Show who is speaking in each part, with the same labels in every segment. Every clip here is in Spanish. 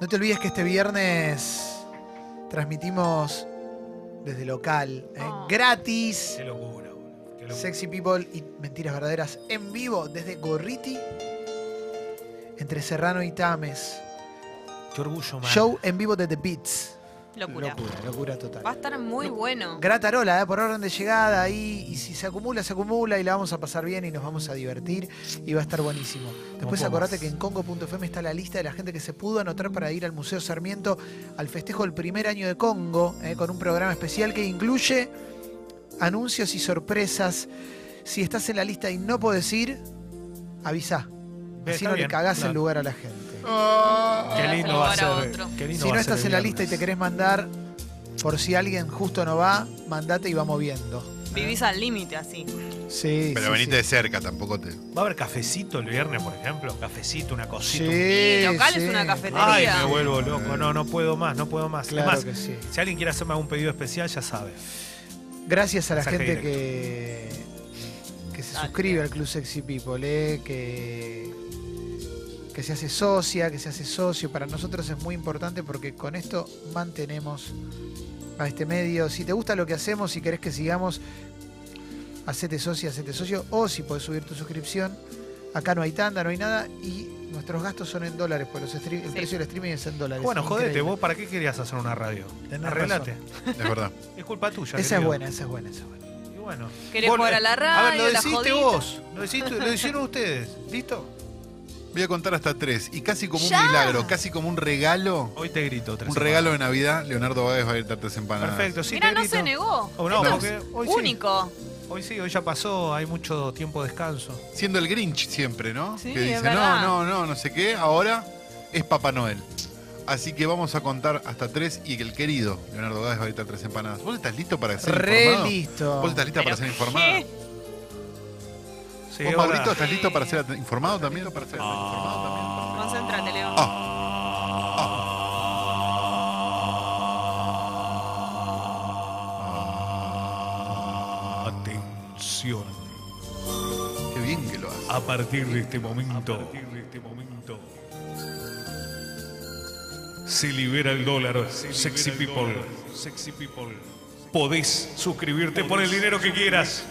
Speaker 1: No te olvides que este viernes transmitimos desde local, ¿eh?
Speaker 2: Oh.
Speaker 1: gratis.
Speaker 3: Qué locura, boludo. Qué locura.
Speaker 1: Sexy People y Mentiras Verdaderas en vivo desde Gorriti, entre Serrano y Tames.
Speaker 3: Qué orgullo, man.
Speaker 1: Show en vivo de The Beats.
Speaker 2: Locura.
Speaker 1: locura, locura
Speaker 2: Va a
Speaker 1: total.
Speaker 2: estar muy bueno.
Speaker 1: Gratarola, ¿eh? por orden de llegada ahí. Y si se acumula, se acumula y la vamos a pasar bien y nos vamos a divertir y va a estar buenísimo. Después
Speaker 3: puedo
Speaker 1: acordate
Speaker 3: más.
Speaker 1: que en Congo.fm está la lista de la gente que se pudo anotar para ir al Museo Sarmiento al festejo del primer año de Congo, ¿eh? con un programa especial que incluye anuncios y sorpresas. Si estás en la lista y no podés ir, avisá.
Speaker 3: Ve,
Speaker 1: Así
Speaker 3: Eh, está
Speaker 1: no le
Speaker 3: bien.
Speaker 1: cagás
Speaker 3: Claro.
Speaker 1: el lugar a la gente.
Speaker 3: Qué
Speaker 2: Ah,
Speaker 3: lindo
Speaker 2: se
Speaker 3: va a
Speaker 2: lo para
Speaker 3: ser. eh.
Speaker 2: otro.
Speaker 3: Qué lindo
Speaker 1: Si
Speaker 3: va
Speaker 1: no
Speaker 3: a ser
Speaker 1: estás
Speaker 3: el
Speaker 1: en la
Speaker 3: viernes.
Speaker 1: lista y te querés mandar, por si alguien justo no va, mandate y vamos viendo.
Speaker 2: Vivís al límite así.
Speaker 1: Sí.
Speaker 4: Pero
Speaker 1: sí,
Speaker 4: venite de
Speaker 1: sí.
Speaker 4: cerca, tampoco te.
Speaker 3: ¿Va a haber cafecito el viernes, por ejemplo? Cafecito, una cosita. un-
Speaker 1: Sí,
Speaker 2: Y local es
Speaker 1: sí.
Speaker 2: una cafetería.
Speaker 3: Ay,
Speaker 2: Quería.
Speaker 3: me vuelvo loco. No, no puedo más, no puedo más.
Speaker 1: Claro
Speaker 3: Además,
Speaker 1: que sí.
Speaker 3: si alguien quiere hacerme algún pedido especial, ya sabe.
Speaker 1: Gracias a la
Speaker 3: Mensaje
Speaker 1: gente que, que se
Speaker 2: Dale.
Speaker 1: suscribe al Club Sexy People, eh, que, que se hace socia, que se hace socio. Para nosotros es muy importante porque con esto mantenemos a este medio. Si te gusta lo que hacemos, si querés que sigamos, hacete socio, hacete socio. O si podés subir tu suscripción. Acá no hay tanda, no hay nada. Y nuestros gastos son en dólares, porque los stream- el
Speaker 2: Sí.
Speaker 1: precio del streaming es en dólares.
Speaker 3: Bueno, jodete,
Speaker 1: Increíble.
Speaker 3: vos, ¿para qué querías hacer una radio?
Speaker 1: Tenés
Speaker 3: Arreglate.
Speaker 4: Es verdad.
Speaker 3: Es culpa tuya.
Speaker 1: Esa es
Speaker 3: querido.
Speaker 1: buena, esa es buena, esa es buena.
Speaker 3: Y bueno.
Speaker 2: ¿Querés
Speaker 3: Vos-
Speaker 2: jugar a la radio?
Speaker 3: A ver, lo
Speaker 2: la
Speaker 3: decidiste
Speaker 2: jodita?
Speaker 3: vos. Lo, decidiste- lo hicieron ustedes. ¿Listo?
Speaker 4: Voy a contar hasta tres. Y casi como
Speaker 2: Ya.
Speaker 4: un milagro, casi como un regalo.
Speaker 3: Hoy te grito. tres
Speaker 4: Un
Speaker 3: semanas.
Speaker 4: regalo de Navidad, Leonardo Báez va a ir a tartas empanadas.
Speaker 3: Perfecto, sí.
Speaker 2: Mirá,
Speaker 3: te
Speaker 2: no
Speaker 3: grito.
Speaker 2: se negó.
Speaker 3: O no,
Speaker 2: Esto
Speaker 3: porque
Speaker 2: es
Speaker 3: hoy sí.
Speaker 2: único.
Speaker 3: Hoy sí, hoy ya pasó, hay mucho tiempo de descanso.
Speaker 4: Siendo el Grinch siempre, ¿no?
Speaker 2: Sí,
Speaker 4: que
Speaker 2: es
Speaker 4: dice,
Speaker 2: verdad.
Speaker 4: no, no, no, no sé qué, ahora es Papá Noel. Así que vamos a contar hasta tres y que el querido Leonardo Gávez va a gritar tres empanadas. ¿Vos estás listo para ser
Speaker 1: Re
Speaker 4: informado?
Speaker 1: listo.
Speaker 4: ¿Vos estás lista para ser informado?
Speaker 2: ¿Qué?
Speaker 3: Sí,
Speaker 4: ¿Vos,
Speaker 3: ahora-
Speaker 4: Maurito, estás listo para ser at- informado también? Para ser informado
Speaker 1: Ah.
Speaker 4: también?
Speaker 2: Concéntrate, Leo.
Speaker 5: Atención.
Speaker 4: Qué bien que lo haces.
Speaker 5: A partir de este momento. Se libera el dólar, sexy people. Sexy people. Podés suscribirte por el dinero que quieras.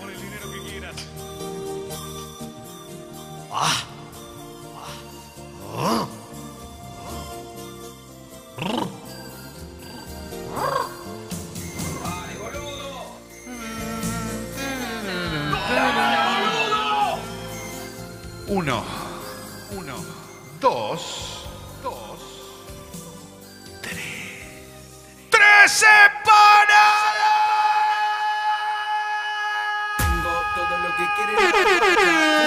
Speaker 4: Uno. Uno. Dos. Dos.
Speaker 5: ¡Tres
Speaker 6: Tengo todo lo que quiere la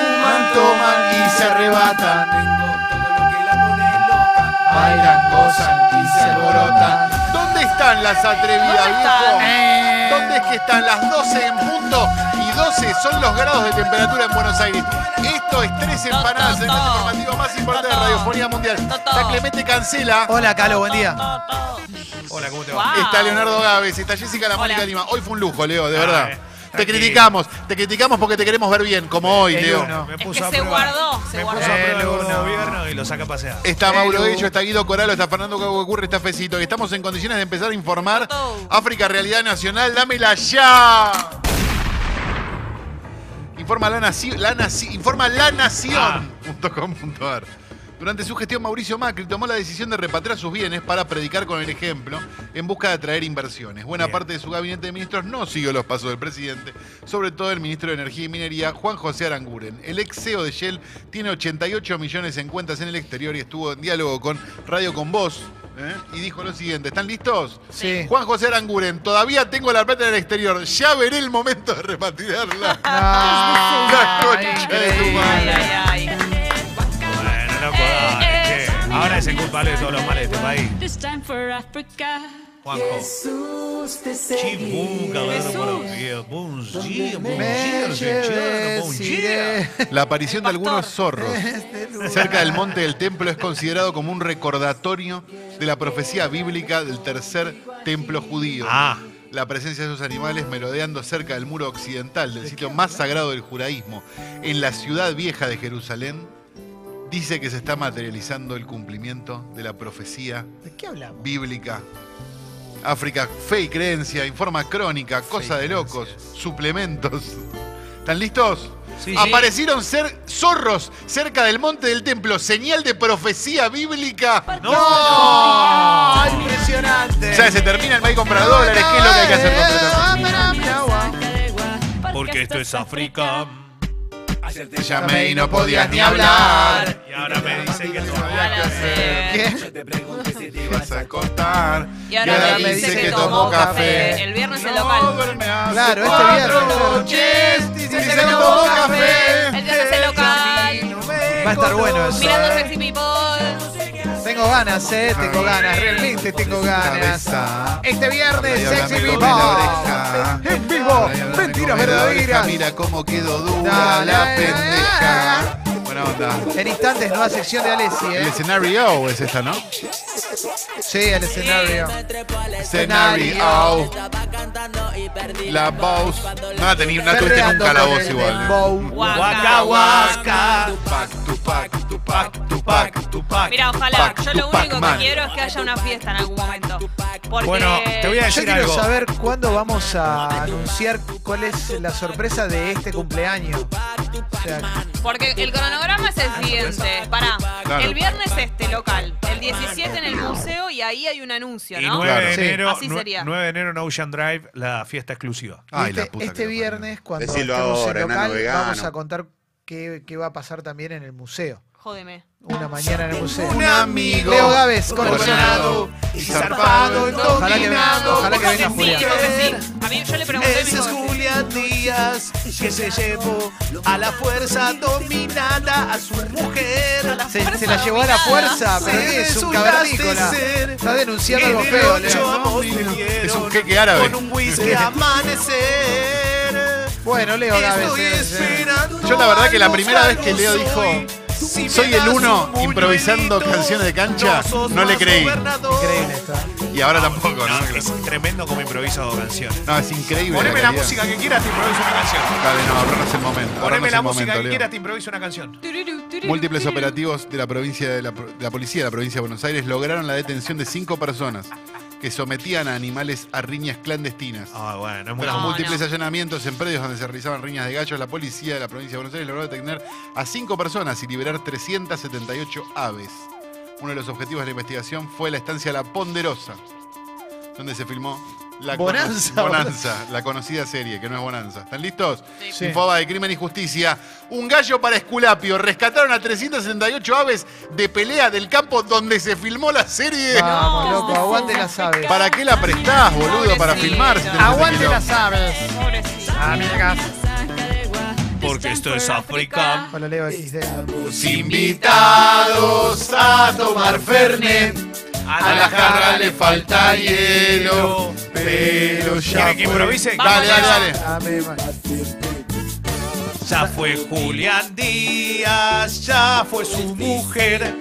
Speaker 1: Fuman, toman y se arrebatan,
Speaker 6: Tengo todo lo que la pone loca.
Speaker 1: bailan, gozan y se alborotan.
Speaker 4: ¿Dónde están las atrevidas, viejo? ¿Dónde es que están las 12 en punto? Y 12 son los grados de temperatura en Buenos Aires. Esto es tres empanadas en la informativa más importante de la radiofonía mundial. Está Clemente Cancela.
Speaker 1: Hola, Calo, buen día.
Speaker 3: Hola, ¿cómo te va?
Speaker 2: Guau.
Speaker 4: Está Leonardo Gávez, está Jessica La Mónica
Speaker 2: Ah. Hola.
Speaker 4: Lima. Hoy fue un lujo, Leo, de
Speaker 3: Ah,
Speaker 4: verdad.
Speaker 3: eh,
Speaker 4: Te
Speaker 3: tranquilo.
Speaker 4: criticamos, te criticamos porque te queremos ver bien, como hoy,
Speaker 3: El Eh,
Speaker 4: Leo.
Speaker 3: uno. Me
Speaker 2: Es
Speaker 3: puso
Speaker 2: que
Speaker 3: a
Speaker 2: se
Speaker 3: prueba.
Speaker 2: guardó, se
Speaker 3: Me
Speaker 2: guardó.
Speaker 3: puso a prueba
Speaker 1: El
Speaker 3: el gordo
Speaker 1: uno.
Speaker 3: gobierno y lo saca a pasear.
Speaker 4: Está Mauro
Speaker 1: Hello.
Speaker 4: Bello, está Guido Coralo, está Fernando Ocurre, está Fecito. Y estamos en condiciones de empezar a informar.
Speaker 2: Toto.
Speaker 4: África, realidad nacional, dámela ya. Informa la, naci- la naci- informa la nación. punto com punto ar. Durante su gestión, Mauricio Macri tomó la decisión de repatriar sus bienes para predicar con el ejemplo en busca de atraer inversiones. Buena
Speaker 3: Bien.
Speaker 4: parte de su gabinete de ministros no siguió los pasos del presidente, sobre todo el ministro de Energía y Minería, Juan José Aranguren. El ex CEO de Shell tiene 88 millones en cuentas en el exterior y estuvo en diálogo con Radio Con Voz ¿eh? y dijo lo siguiente, ¿están listos?
Speaker 1: Sí.
Speaker 4: Juan José Aranguren, todavía tengo la plata en el exterior, ya veré el momento de repatriarla. La concha de tu
Speaker 2: Ay,
Speaker 4: madre.
Speaker 2: ay, ay.
Speaker 3: Bueno, no podés, che. Ahora es el culpable de todos los males de este país.
Speaker 7: This time for Africa.
Speaker 3: Juanjo.
Speaker 6: Jesús te
Speaker 3: Chi
Speaker 6: seguiré.
Speaker 3: bunga, galera, buenos días. Buen día, buen
Speaker 1: Me
Speaker 3: día, señor, buen
Speaker 1: lleves, iré.
Speaker 3: día.
Speaker 4: La aparición de
Speaker 2: El
Speaker 4: algunos
Speaker 2: pastor.
Speaker 4: zorros
Speaker 1: Este lugar.
Speaker 4: cerca del monte del templo es considerado como un recordatorio de la profecía bíblica del tercer templo judío.
Speaker 3: Ah,
Speaker 4: la presencia de esos animales merodeando cerca del muro occidental, del sitio más sagrado del judaísmo, en la ciudad vieja de Jerusalén, dice que se está materializando el cumplimiento de la profecía
Speaker 1: ¿De qué hablamos?
Speaker 4: bíblica. África, fe y creencia, informa crónica, cosa
Speaker 3: Fe y
Speaker 4: de locos,
Speaker 3: creencias.
Speaker 4: suplementos. ¿Están listos?
Speaker 3: Sí.
Speaker 4: Aparecieron cer- zorros cerca del monte del templo, señal de profecía bíblica. ¡No!
Speaker 1: ¡Ah, impresionante!
Speaker 4: Ya se termina el maíz comprar dólares, ¿qué es lo que hay que hacer con todo esto?
Speaker 5: Porque esto es África.
Speaker 6: Ayer
Speaker 4: Te
Speaker 6: te
Speaker 4: llamé y no podías ni hablar.
Speaker 5: Y ahora me dicen que no.
Speaker 2: Ahora sé.
Speaker 1: ¿Qué?
Speaker 6: Yo te pregunté si te ibas
Speaker 4: Vas a
Speaker 6: a
Speaker 4: cortar.
Speaker 2: Y ahora, me dice, que, tomó café. El viernes el local.
Speaker 1: Claro, este
Speaker 4: noches, dice que
Speaker 1: que
Speaker 4: tomó café.
Speaker 2: El viernes el local.
Speaker 1: Va a estar bueno eso.
Speaker 2: Mirando
Speaker 1: eh.
Speaker 2: Sexy People.
Speaker 1: Tengo ganas, eh, tengo ganas, realmente tengo ganas.
Speaker 4: Cabeza.
Speaker 1: Este viernes,
Speaker 4: Ay,
Speaker 1: Sexy
Speaker 4: háblame con
Speaker 1: People.
Speaker 4: la oreja.
Speaker 1: En vivo,
Speaker 4: Ay, háblame
Speaker 1: mentiras
Speaker 4: con la oreja,
Speaker 1: verdaderas.
Speaker 4: Mira cómo quedó dura
Speaker 1: Dale,
Speaker 4: la
Speaker 1: dale,
Speaker 4: pendeja. Buena onda.
Speaker 1: En instantes, nueva sección de Alessi,
Speaker 4: El
Speaker 1: eh.
Speaker 4: escenario es esta, ¿no?
Speaker 1: Sí, el escenario.
Speaker 4: Escenario. La voz. No, tení, no tuviste
Speaker 1: Perreando
Speaker 4: nunca la
Speaker 1: con
Speaker 4: voz
Speaker 1: el
Speaker 4: igual. ¿eh?
Speaker 1: dembow.
Speaker 2: Guaca, guaca.
Speaker 4: Tupac, Tupac, Tupac, Tupac, Tupac.
Speaker 2: Mira, ojalá. Yo lo
Speaker 4: Tupac
Speaker 2: único que
Speaker 4: Man.
Speaker 2: quiero es que haya una fiesta en algún momento. Porque...
Speaker 5: Bueno, te voy a
Speaker 1: Yo
Speaker 5: decir
Speaker 1: quiero
Speaker 5: algo.
Speaker 1: saber cuándo vamos a anunciar cuál es la sorpresa de este cumpleaños. O sea,
Speaker 2: Porque el cronograma es el siguiente. Pará.
Speaker 4: Claro.
Speaker 2: El viernes este local. El 17 en el museo y ahí hay un anuncio,
Speaker 5: Y
Speaker 2: ¿no?
Speaker 5: 9 de
Speaker 4: Claro.
Speaker 5: enero,
Speaker 2: Así
Speaker 5: nue-
Speaker 2: sería.
Speaker 5: 9 de enero en Ocean Drive, la fiesta exclusiva.
Speaker 4: Ay, la
Speaker 1: este,
Speaker 4: puta que
Speaker 1: este
Speaker 4: lo parió.
Speaker 1: viernes, cuando
Speaker 8: Decilo
Speaker 1: estemos
Speaker 8: ahora,
Speaker 1: en
Speaker 8: enano
Speaker 1: local,
Speaker 8: vegano.
Speaker 1: vamos a contar qué, qué va a pasar también en el museo.
Speaker 2: Jódeme.
Speaker 1: Una mañana en el museo.
Speaker 4: Un amigo.
Speaker 1: Leo Gávez,
Speaker 4: Corazonado
Speaker 1: corazonado.
Speaker 4: y zarpado,
Speaker 1: Ojalá que,
Speaker 4: dominado.
Speaker 1: ojalá que venga
Speaker 2: Sí,
Speaker 1: Julián.
Speaker 2: creo que sí. A mí yo le pregunté a mi
Speaker 9: Ese es
Speaker 2: hijo,
Speaker 9: Julián Díaz, que se llevó a la fuerza dominada a su mujer.
Speaker 1: Se, se la llevó a la fuerza, pero
Speaker 9: Se
Speaker 1: ¿qué es un
Speaker 9: resultaste
Speaker 1: cavernícola.
Speaker 9: ser
Speaker 1: Está denunciando
Speaker 9: En
Speaker 1: algo
Speaker 9: el
Speaker 1: feo,
Speaker 9: ocho
Speaker 1: Leo.
Speaker 9: a vos te
Speaker 4: Es un
Speaker 9: vieron
Speaker 4: queque árabe.
Speaker 9: Con un whisky amanecer.
Speaker 1: Bueno, Leo Gávez.
Speaker 9: Estoy
Speaker 1: eh, eh.
Speaker 9: esperando
Speaker 4: Yo la verdad que la
Speaker 9: algo
Speaker 4: primera vez
Speaker 9: claro
Speaker 4: que Leo dijo,
Speaker 9: soy. Si me
Speaker 4: "Soy el
Speaker 9: das
Speaker 4: uno
Speaker 9: un
Speaker 4: improvisando
Speaker 9: buñuelito,
Speaker 4: canciones de cancha",
Speaker 9: sos
Speaker 4: no le
Speaker 9: más
Speaker 4: creí.
Speaker 9: gobernador.
Speaker 1: Increíble esto. ¿eh?
Speaker 4: Y ahora tampoco, ¿no?
Speaker 5: No, es tremendo como improviso canciones.
Speaker 4: No, es increíble.
Speaker 5: Poneme la
Speaker 4: calidad.
Speaker 5: música que quieras, te improviso una canción.
Speaker 4: Dale, no, ahora no es el momento. ahora no
Speaker 5: Poneme
Speaker 4: es
Speaker 5: la
Speaker 4: el
Speaker 5: música
Speaker 4: momento,
Speaker 5: que
Speaker 4: Leo.
Speaker 5: quieras, te improviso una canción.
Speaker 4: Múltiples operativos de la provincia de la, pro- de la policía de la provincia de Buenos Aires lograron la detención de cinco personas que sometían a animales a riñas clandestinas.
Speaker 5: Ah, bueno, es muy
Speaker 4: Tras
Speaker 2: No,
Speaker 4: múltiples
Speaker 2: no.
Speaker 4: allanamientos en predios donde se realizaban riñas de gallos, la policía de la provincia de Buenos Aires logró detener a cinco personas y liberar 378 aves. Uno de los objetivos de la investigación fue la estancia La Ponderosa, donde se filmó la, cono-
Speaker 1: Bonanza,
Speaker 4: Bonanza, la conocida serie, que no es Bonanza. ¿Están listos?
Speaker 1: Sí.
Speaker 4: Infoba de Crimen y Justicia. Un gallo para Esculapio. Rescataron a 378 aves de pelea del campo donde se filmó la serie.
Speaker 1: Vamos, loco, aguante las aves.
Speaker 4: ¿Para qué la prestás, boludo? Para
Speaker 2: Pobrecito.
Speaker 4: filmar. si tenés ese
Speaker 1: Aguante
Speaker 4: quilombo?
Speaker 1: las aves.
Speaker 2: Pobrecito.
Speaker 1: Amigas.
Speaker 5: Porque esto es África.
Speaker 1: Hola, Leo XD.
Speaker 4: Invitados a tomar Fernet. A la jarra le falta hielo. Pero ya.
Speaker 5: ¿Quieren que
Speaker 4: fue.
Speaker 5: improvise?
Speaker 4: Dale, dale, dale.
Speaker 1: Ave María.
Speaker 5: Ya fue Julián Díaz, ya fue su mujer.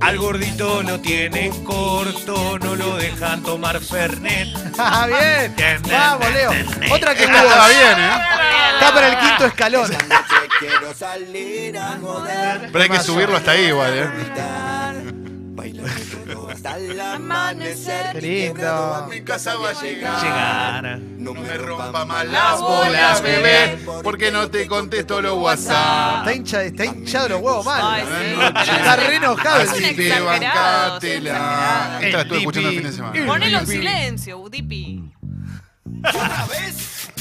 Speaker 5: Al gordito lo tienen corto, no lo dejan tomar Fernet.
Speaker 1: Ah, bien.
Speaker 5: Bien, bien,
Speaker 1: Vamos,
Speaker 5: bien,
Speaker 1: Leo.
Speaker 5: bien, bien.
Speaker 1: Otra que
Speaker 4: Esta estaba
Speaker 1: hubo.
Speaker 4: bien, ¿eh?
Speaker 1: Está para el quinto escalón.
Speaker 6: Yo quiero salir a joder.
Speaker 4: Pero hay que subirlo hasta ahí igual, ¿eh?
Speaker 6: Bailando solo hasta el amanecer.
Speaker 1: Qué lindo.
Speaker 4: Mi casa va a llegar.
Speaker 5: Llegar.
Speaker 6: No
Speaker 4: Me rompa más las bolas,
Speaker 2: bolas,
Speaker 4: bebé. Porque no te contesto los WhatsApp.
Speaker 1: Está, hincha, está hinchado los huevos mal.
Speaker 2: Ay, sí.
Speaker 1: Está re enojado.
Speaker 2: Son
Speaker 4: Así te
Speaker 2: exagerados,
Speaker 4: bancátela.
Speaker 2: exagerados.
Speaker 4: Esta la estuve escuchando el fin de semana.
Speaker 2: Ponelo en silencio, Udipi.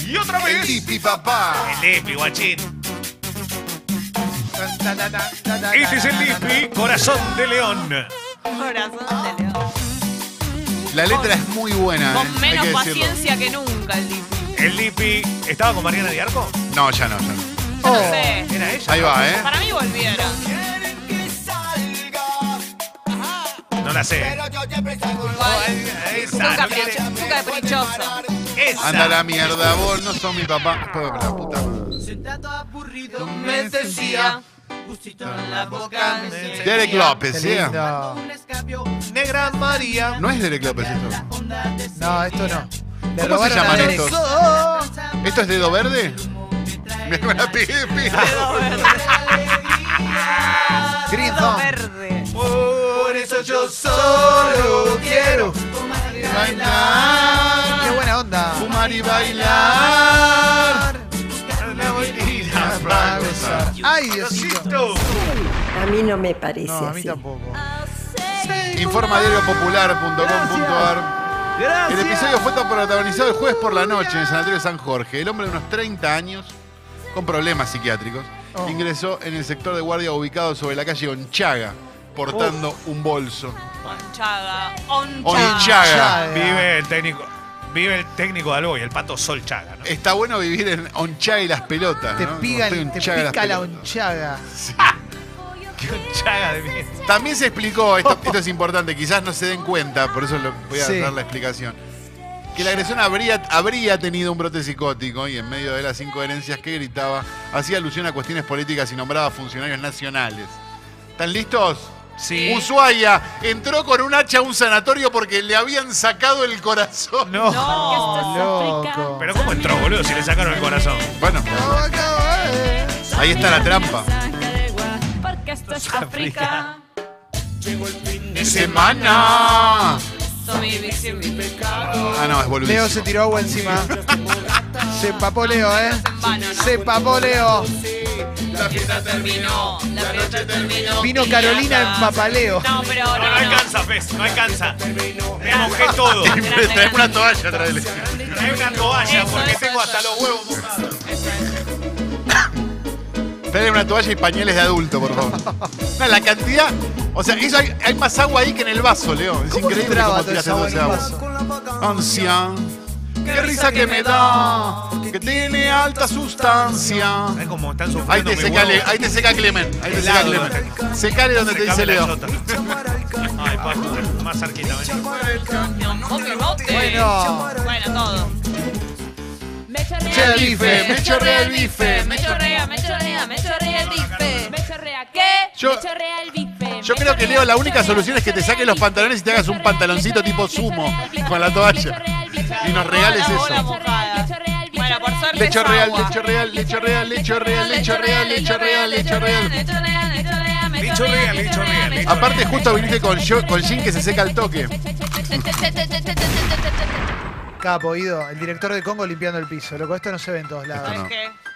Speaker 5: Y otra
Speaker 4: El
Speaker 5: vez.
Speaker 4: tipi, papá.
Speaker 5: El Lipi, guachín. Este es el Lipi, corazón de león.
Speaker 2: Corazón de león.
Speaker 4: La letra es muy buena. ¿eh?
Speaker 2: Con
Speaker 4: Hay
Speaker 2: menos
Speaker 4: que decirlo.
Speaker 2: paciencia que nunca el Dipi.
Speaker 5: El Lipi. ¿Estaba con Mariana Diarco?
Speaker 4: No, ya no, ya no.
Speaker 2: Yo no sé.
Speaker 5: Era ella.
Speaker 4: Ahí va, ¿eh?
Speaker 2: Para mí volvieron.
Speaker 5: No la sé.
Speaker 2: Fue
Speaker 5: Esa, no quiere-
Speaker 2: capricho- fue caprichoso.
Speaker 5: esa.
Speaker 4: Anda a la mierda, vos no sos mi papá. Puedo ver la puta.
Speaker 9: Sentado aburrido
Speaker 4: me
Speaker 2: Decía,
Speaker 9: gustito en la boca.
Speaker 4: Derek López,
Speaker 1: Qué
Speaker 4: ¿eh?
Speaker 1: lindo.
Speaker 9: Negra María.
Speaker 4: No es Derek López esto.
Speaker 1: No, esto no. Le
Speaker 4: ¿Cómo se
Speaker 1: robaron a
Speaker 4: llaman
Speaker 1: Derek.
Speaker 4: estos? ¿Esto es dedo verde? Me van a pedir, pija. Green
Speaker 2: Todo
Speaker 4: Thumb.
Speaker 2: verde.
Speaker 9: Por eso yo solo quiero
Speaker 4: Bailar.
Speaker 1: Qué buena onda.
Speaker 4: Fumar y bailar.
Speaker 9: la boinita
Speaker 4: para gozar.
Speaker 1: Ay, Diosito.
Speaker 8: A mí no me parece
Speaker 1: No, a mí
Speaker 8: así.
Speaker 1: tampoco.
Speaker 4: Informadiariopopular.com.ar El
Speaker 9: Gracias.
Speaker 4: episodio fue protagonizado el jueves por la noche en el Sanatorio San Jorge. El hombre de unos 30 años, con problemas psiquiátricos,
Speaker 1: Oh.
Speaker 4: ingresó en el sector de guardia ubicado sobre la calle Onchaga, portando un bolso.
Speaker 2: Onchaga. Onchaga.
Speaker 4: Onchaga.
Speaker 1: Chaga.
Speaker 3: Vive el técnico. Vive el técnico de Alboy, el pato Sol Chaga, ¿no?
Speaker 4: Está bueno vivir en Onchaga y las pelotas.
Speaker 1: Te,
Speaker 4: ¿no?
Speaker 1: pigan-
Speaker 4: Estoy en
Speaker 1: te
Speaker 4: Chaga y las
Speaker 1: pica la
Speaker 4: pelotas.
Speaker 1: honchaga.
Speaker 3: Qué Chaga de mierda.
Speaker 4: También se explicó, esto, esto es importante, quizás no se den cuenta, por eso lo- voy a
Speaker 1: Sí.
Speaker 4: dar la explicación. Que la agresión habría, habría tenido un brote psicótico y en medio de las incoherencias que gritaba, hacía alusión a cuestiones políticas y nombraba funcionarios nacionales. ¿Están listos?
Speaker 3: Sí.
Speaker 4: Ushuaia entró con un hacha a un sanatorio porque le habían sacado el corazón.
Speaker 3: No.
Speaker 1: Loco.
Speaker 3: Pero ¿cómo entró, boludo, si le sacaron el corazón?
Speaker 4: Bueno,
Speaker 1: eh.
Speaker 4: ahí está la trampa.
Speaker 7: Porque esto es África.
Speaker 4: ¡De semana!
Speaker 2: Tommy Vixen,
Speaker 4: Ah, no, es boludísimo.
Speaker 1: Leo se tiró agua encima. Se empapó Leo, ¿eh?
Speaker 2: en vano, ¿no?
Speaker 1: Se empapó Leo.
Speaker 4: La fiesta
Speaker 2: terminó, la fiesta terminó.
Speaker 1: Vino Carolina en papaleo.
Speaker 2: No, pero no,
Speaker 3: No, no
Speaker 2: no.
Speaker 3: alcanza,
Speaker 5: pues,
Speaker 3: pez, no alcanza. Me mojé todo.
Speaker 4: Trae una toalla, tráele.
Speaker 3: Trae una toalla
Speaker 2: Eso,
Speaker 3: porque
Speaker 2: eso, eso.
Speaker 3: tengo hasta los huevos mojados.
Speaker 4: Trae una toalla y pañales de adulto, por favor. No, la cantidad. O sea, eso hay, hay más agua ahí que en el vaso, Leo. Es
Speaker 1: ¿Cómo
Speaker 4: increíble
Speaker 1: entraba
Speaker 4: cómo
Speaker 1: todo esa
Speaker 4: tiraste
Speaker 1: agua
Speaker 4: todo
Speaker 1: en
Speaker 4: ese
Speaker 1: el
Speaker 4: agua.
Speaker 1: vaso?
Speaker 4: Ansia. Qué risa que me da. Que tiene alta sustancia.
Speaker 3: ¿Sabes cómo están
Speaker 4: Ahí
Speaker 3: sufriendo
Speaker 4: te
Speaker 3: mi
Speaker 4: seca,
Speaker 3: huevo?
Speaker 4: Le- ahí te seca Clemen. Ahí te seca
Speaker 3: Helado,
Speaker 4: Clemen. Secale donde te dice
Speaker 3: Secame la
Speaker 4: Leo.
Speaker 3: chota. Ay, papu, más cerquita, vení.
Speaker 2: Bote, bote.
Speaker 1: Bueno.
Speaker 2: Bueno, todo.
Speaker 7: Me
Speaker 4: Che,
Speaker 7: chorrea,
Speaker 4: el bife, me chorrea el bife.
Speaker 7: me
Speaker 4: me-
Speaker 7: chorrea, me chorrea, me chorrea el bife. Me chorrea, ¿qué?
Speaker 4: Yo-
Speaker 7: me chorrea el bife.
Speaker 4: yo
Speaker 7: me
Speaker 4: creo que,
Speaker 7: chorrea,
Speaker 4: Leo, la
Speaker 7: me
Speaker 4: única
Speaker 7: chorrea,
Speaker 4: solución
Speaker 7: me
Speaker 4: es que te
Speaker 7: chorrea
Speaker 4: saques
Speaker 7: el
Speaker 4: los
Speaker 7: bife.
Speaker 4: pantalones y te hagas un
Speaker 7: Me chorrea,
Speaker 4: pantaloncito
Speaker 7: me chorrea,
Speaker 4: tipo
Speaker 7: me
Speaker 4: sumo
Speaker 7: chorrea el bife.
Speaker 4: con la
Speaker 7: Me
Speaker 4: toalla.
Speaker 7: chorrea el bife.
Speaker 4: Y nos regales
Speaker 2: Hola,
Speaker 4: eso.
Speaker 2: hola, mojada. Bueno, por suerte
Speaker 4: Lecho
Speaker 2: es
Speaker 4: real,
Speaker 2: agua.
Speaker 4: lecho real, lecho real, lecho real, lecho real, lecho real, lecho real.
Speaker 7: Lecho real, lecho real, me
Speaker 3: Lecho
Speaker 7: chorrea,
Speaker 3: real,
Speaker 7: me
Speaker 3: lecho
Speaker 7: chorrea,
Speaker 3: real,
Speaker 7: me
Speaker 3: lecho
Speaker 7: chorrea.
Speaker 4: Aparte, justo viniste con, yo- con Jin que se seca el toque.
Speaker 1: Capo, oído. El director de Congo limpiando el piso. Loco, esto no se ve en todos lados.
Speaker 4: Esto
Speaker 2: ¿Sabes
Speaker 4: no.
Speaker 2: qué?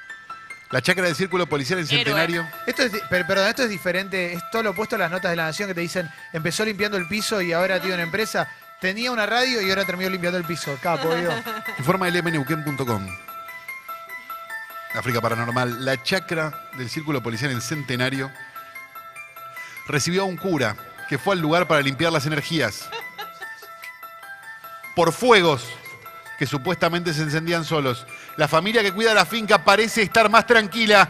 Speaker 4: La chacra del círculo policial en
Speaker 2: Héroe.
Speaker 4: Centenario.
Speaker 1: Esto es, di- per- perdón, esto es diferente, es todo lo opuesto a las notas de la nación que te dicen, empezó limpiando el piso y ahora tiene una empresa, tenía una radio y ahora terminó limpiando el piso. Capo, digo.
Speaker 4: Informa lmneuquén.com. África Paranormal. La chacra del círculo policial en Centenario recibió a un cura que fue al lugar para limpiar las energías por fuegos que supuestamente se encendían solos. La familia que cuida la finca parece estar más tranquila.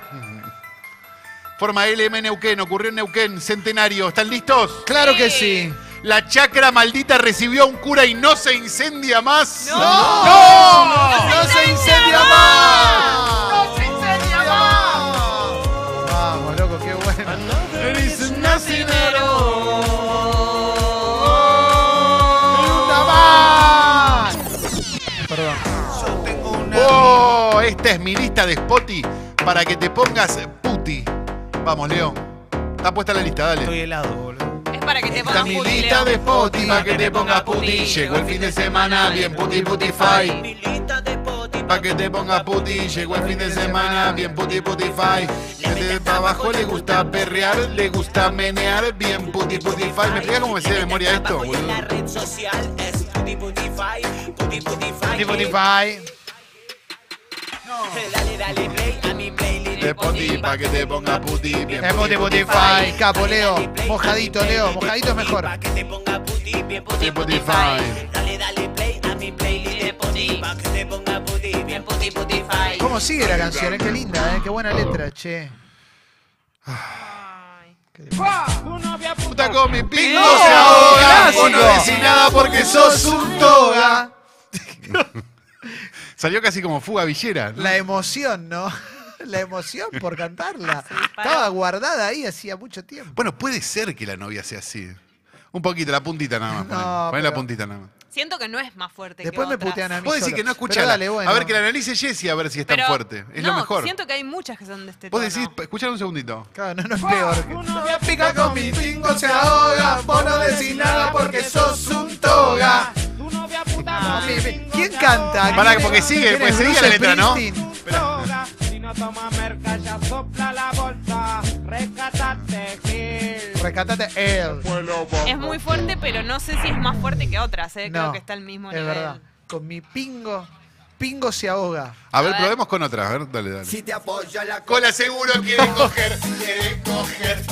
Speaker 4: Forma LM Neuquén, E ocurrió en Neuquén, Centenario. ¿Están listos?
Speaker 1: Claro que sí.
Speaker 4: La chacra maldita recibió a un cura y no se incendia más.
Speaker 2: ¡No!
Speaker 4: ¡No!
Speaker 1: ¡No se incendia más!
Speaker 2: ¡No se incendia más!
Speaker 1: Vamos, loco, qué bueno.
Speaker 4: There is nothing at all.
Speaker 1: Perdón.
Speaker 4: Oh, esta es mi lista de Spotty para que te pongas puti. Vamos, Leo. Está puesta la lista, dale.
Speaker 5: Estoy helado, boludo.
Speaker 2: Es para que te
Speaker 4: Esta
Speaker 2: pongas
Speaker 4: es mi
Speaker 2: puti,
Speaker 4: lista
Speaker 2: Leo.
Speaker 4: de Spotty para que te pongas puti. Llegó el fin de semana, bien puti putify. Pa' que te ponga puti, llegó el fin de semana, bien puti putify. Desde pa' abajo le gusta perrear, le gusta menear, bien puti putify. ¿Me explicas cómo me sé de memoria esto? boludo?
Speaker 1: Puti, puti, bye.
Speaker 4: De puti pa' que te ponga puti, bien
Speaker 1: Es puti, puti,
Speaker 4: puti
Speaker 1: bye. eh, Capo, Ah, pues Leo. Mojadito, Leo. Mojadito es mejor.
Speaker 4: puti putify.
Speaker 1: ¿Cómo sigue la canción? eh? Qué linda, ¿eh? Qué buena letra, che.
Speaker 4: Puta con mi pingo
Speaker 1: ¡No!
Speaker 4: se ahoga,
Speaker 1: ¡Clásico!
Speaker 4: vos no decís nada porque sos un toga. Salió casi como fuga villera. ¿no?
Speaker 1: La emoción, ¿no? La emoción por cantarla.
Speaker 2: para.
Speaker 1: Estaba guardada ahí hacía mucho tiempo.
Speaker 4: Bueno, puede ser que la novia sea así. Un poquito, la puntita nada más.
Speaker 1: No,
Speaker 4: Poné, Poné la
Speaker 1: pero-
Speaker 4: puntita nada más.
Speaker 2: Siento que no es más fuerte
Speaker 1: Después
Speaker 2: que
Speaker 1: me
Speaker 2: otras.
Speaker 1: putean a mí.
Speaker 4: Vos decís
Speaker 1: solo.
Speaker 4: que no
Speaker 1: Pero
Speaker 4: escuchás.
Speaker 1: dale, bueno.
Speaker 4: A ver, que la analice Jessie a ver si es tan
Speaker 2: Pero-
Speaker 4: fuerte. Es
Speaker 2: no,
Speaker 4: lo mejor.
Speaker 2: siento que hay muchas que son de este
Speaker 4: Vos
Speaker 2: tono.
Speaker 4: decís, escuchá un segundito.
Speaker 1: Claro, no, no es peor. que-
Speaker 9: pica con mi tingo se ahoga. Vos no decís nada porque sos un toga.
Speaker 1: ¿Quién canta?
Speaker 4: Pará,
Speaker 1: ¿Quién-
Speaker 4: porque sigue,
Speaker 1: quién es
Speaker 4: pues sigue
Speaker 1: Bruce
Speaker 4: la letra, ¿no?
Speaker 1: Springsteen?
Speaker 9: Si no toma merca, ya sopla la bolsa. Rescatate, Gil.
Speaker 1: Rescatate él.
Speaker 2: Es muy fuerte, pero no sé si es más fuerte que otras. eh. Creo
Speaker 1: No,
Speaker 2: que está al mismo
Speaker 1: Es
Speaker 2: nivel.
Speaker 1: verdad. Con mi pingo, pingo se ahoga.
Speaker 4: A ver,
Speaker 2: ver.
Speaker 4: probemos con otra. A ver, dale, dale.
Speaker 6: Si te apoya la cola.
Speaker 4: Cola seguro quiere coger, quiere coger,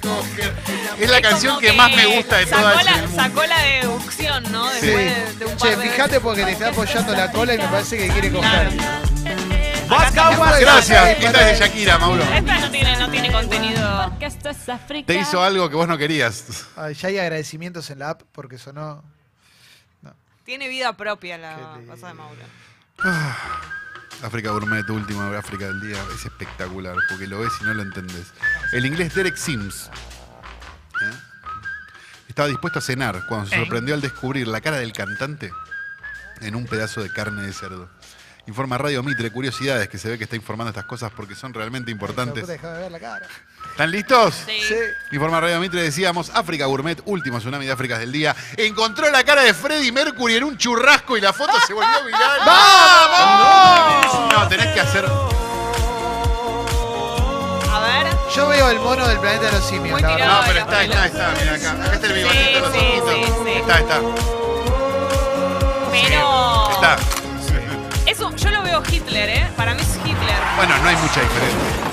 Speaker 4: coger. Es la
Speaker 2: Es
Speaker 4: canción
Speaker 2: como
Speaker 4: que, más me gusta de
Speaker 2: sacó
Speaker 4: todas.
Speaker 2: la-
Speaker 4: en el mundo.
Speaker 2: Sacó la deducción, ¿no? Después de- de un par
Speaker 1: Che,
Speaker 2: de
Speaker 1: fíjate
Speaker 2: veces.
Speaker 1: porque te está apoyando la cola y me parece que quiere coger.
Speaker 2: Claro.
Speaker 9: Vasca,
Speaker 4: Gracias, esta es de Shakira, Mauro.
Speaker 2: Esta no tiene, no tiene contenido.
Speaker 7: Porque esto es África.
Speaker 4: Te hizo algo que vos no querías.
Speaker 1: Ay, ya hay agradecimientos en la app porque sonó.
Speaker 2: Tiene vida propia la
Speaker 1: Qué
Speaker 2: cosa de Mauro.
Speaker 4: África Gourmet, tu última África del día. Es espectacular, porque lo ves y no lo entendés. El inglés Derek Sims. ¿eh? Estaba dispuesto a cenar cuando se sorprendió al descubrir la cara del cantante en un pedazo de carne de cerdo. Informa Radio Mitre, curiosidades, que se ve que está informando estas cosas porque son realmente
Speaker 1: Hijo de
Speaker 4: importantes.
Speaker 1: puta, dejá de ver la cara.
Speaker 4: ¿Están listos?
Speaker 2: Sí.
Speaker 1: Sí.
Speaker 4: Informa Radio Mitre, decíamos, África Gourmet, último tsunami de África del día. Encontró la cara de Freddie Mercury en un churrasco y la foto se volvió viral. ¡Vamos! No, tenés que hacer.
Speaker 2: A ver.
Speaker 1: Yo veo el mono del planeta de los simios,
Speaker 2: Muy
Speaker 1: la verdad.
Speaker 2: tirado.
Speaker 4: No, pero está, está, está, mira acá. Acá está el bigotito,
Speaker 2: Sí,
Speaker 4: los
Speaker 2: sí,
Speaker 4: ojitos.
Speaker 2: sí, sí.
Speaker 4: Está, está.
Speaker 2: Pero.
Speaker 4: Está.
Speaker 2: Eso, yo lo veo Hitler, ¿eh? Para mí es Hitler.
Speaker 4: Bueno, no hay mucha diferencia.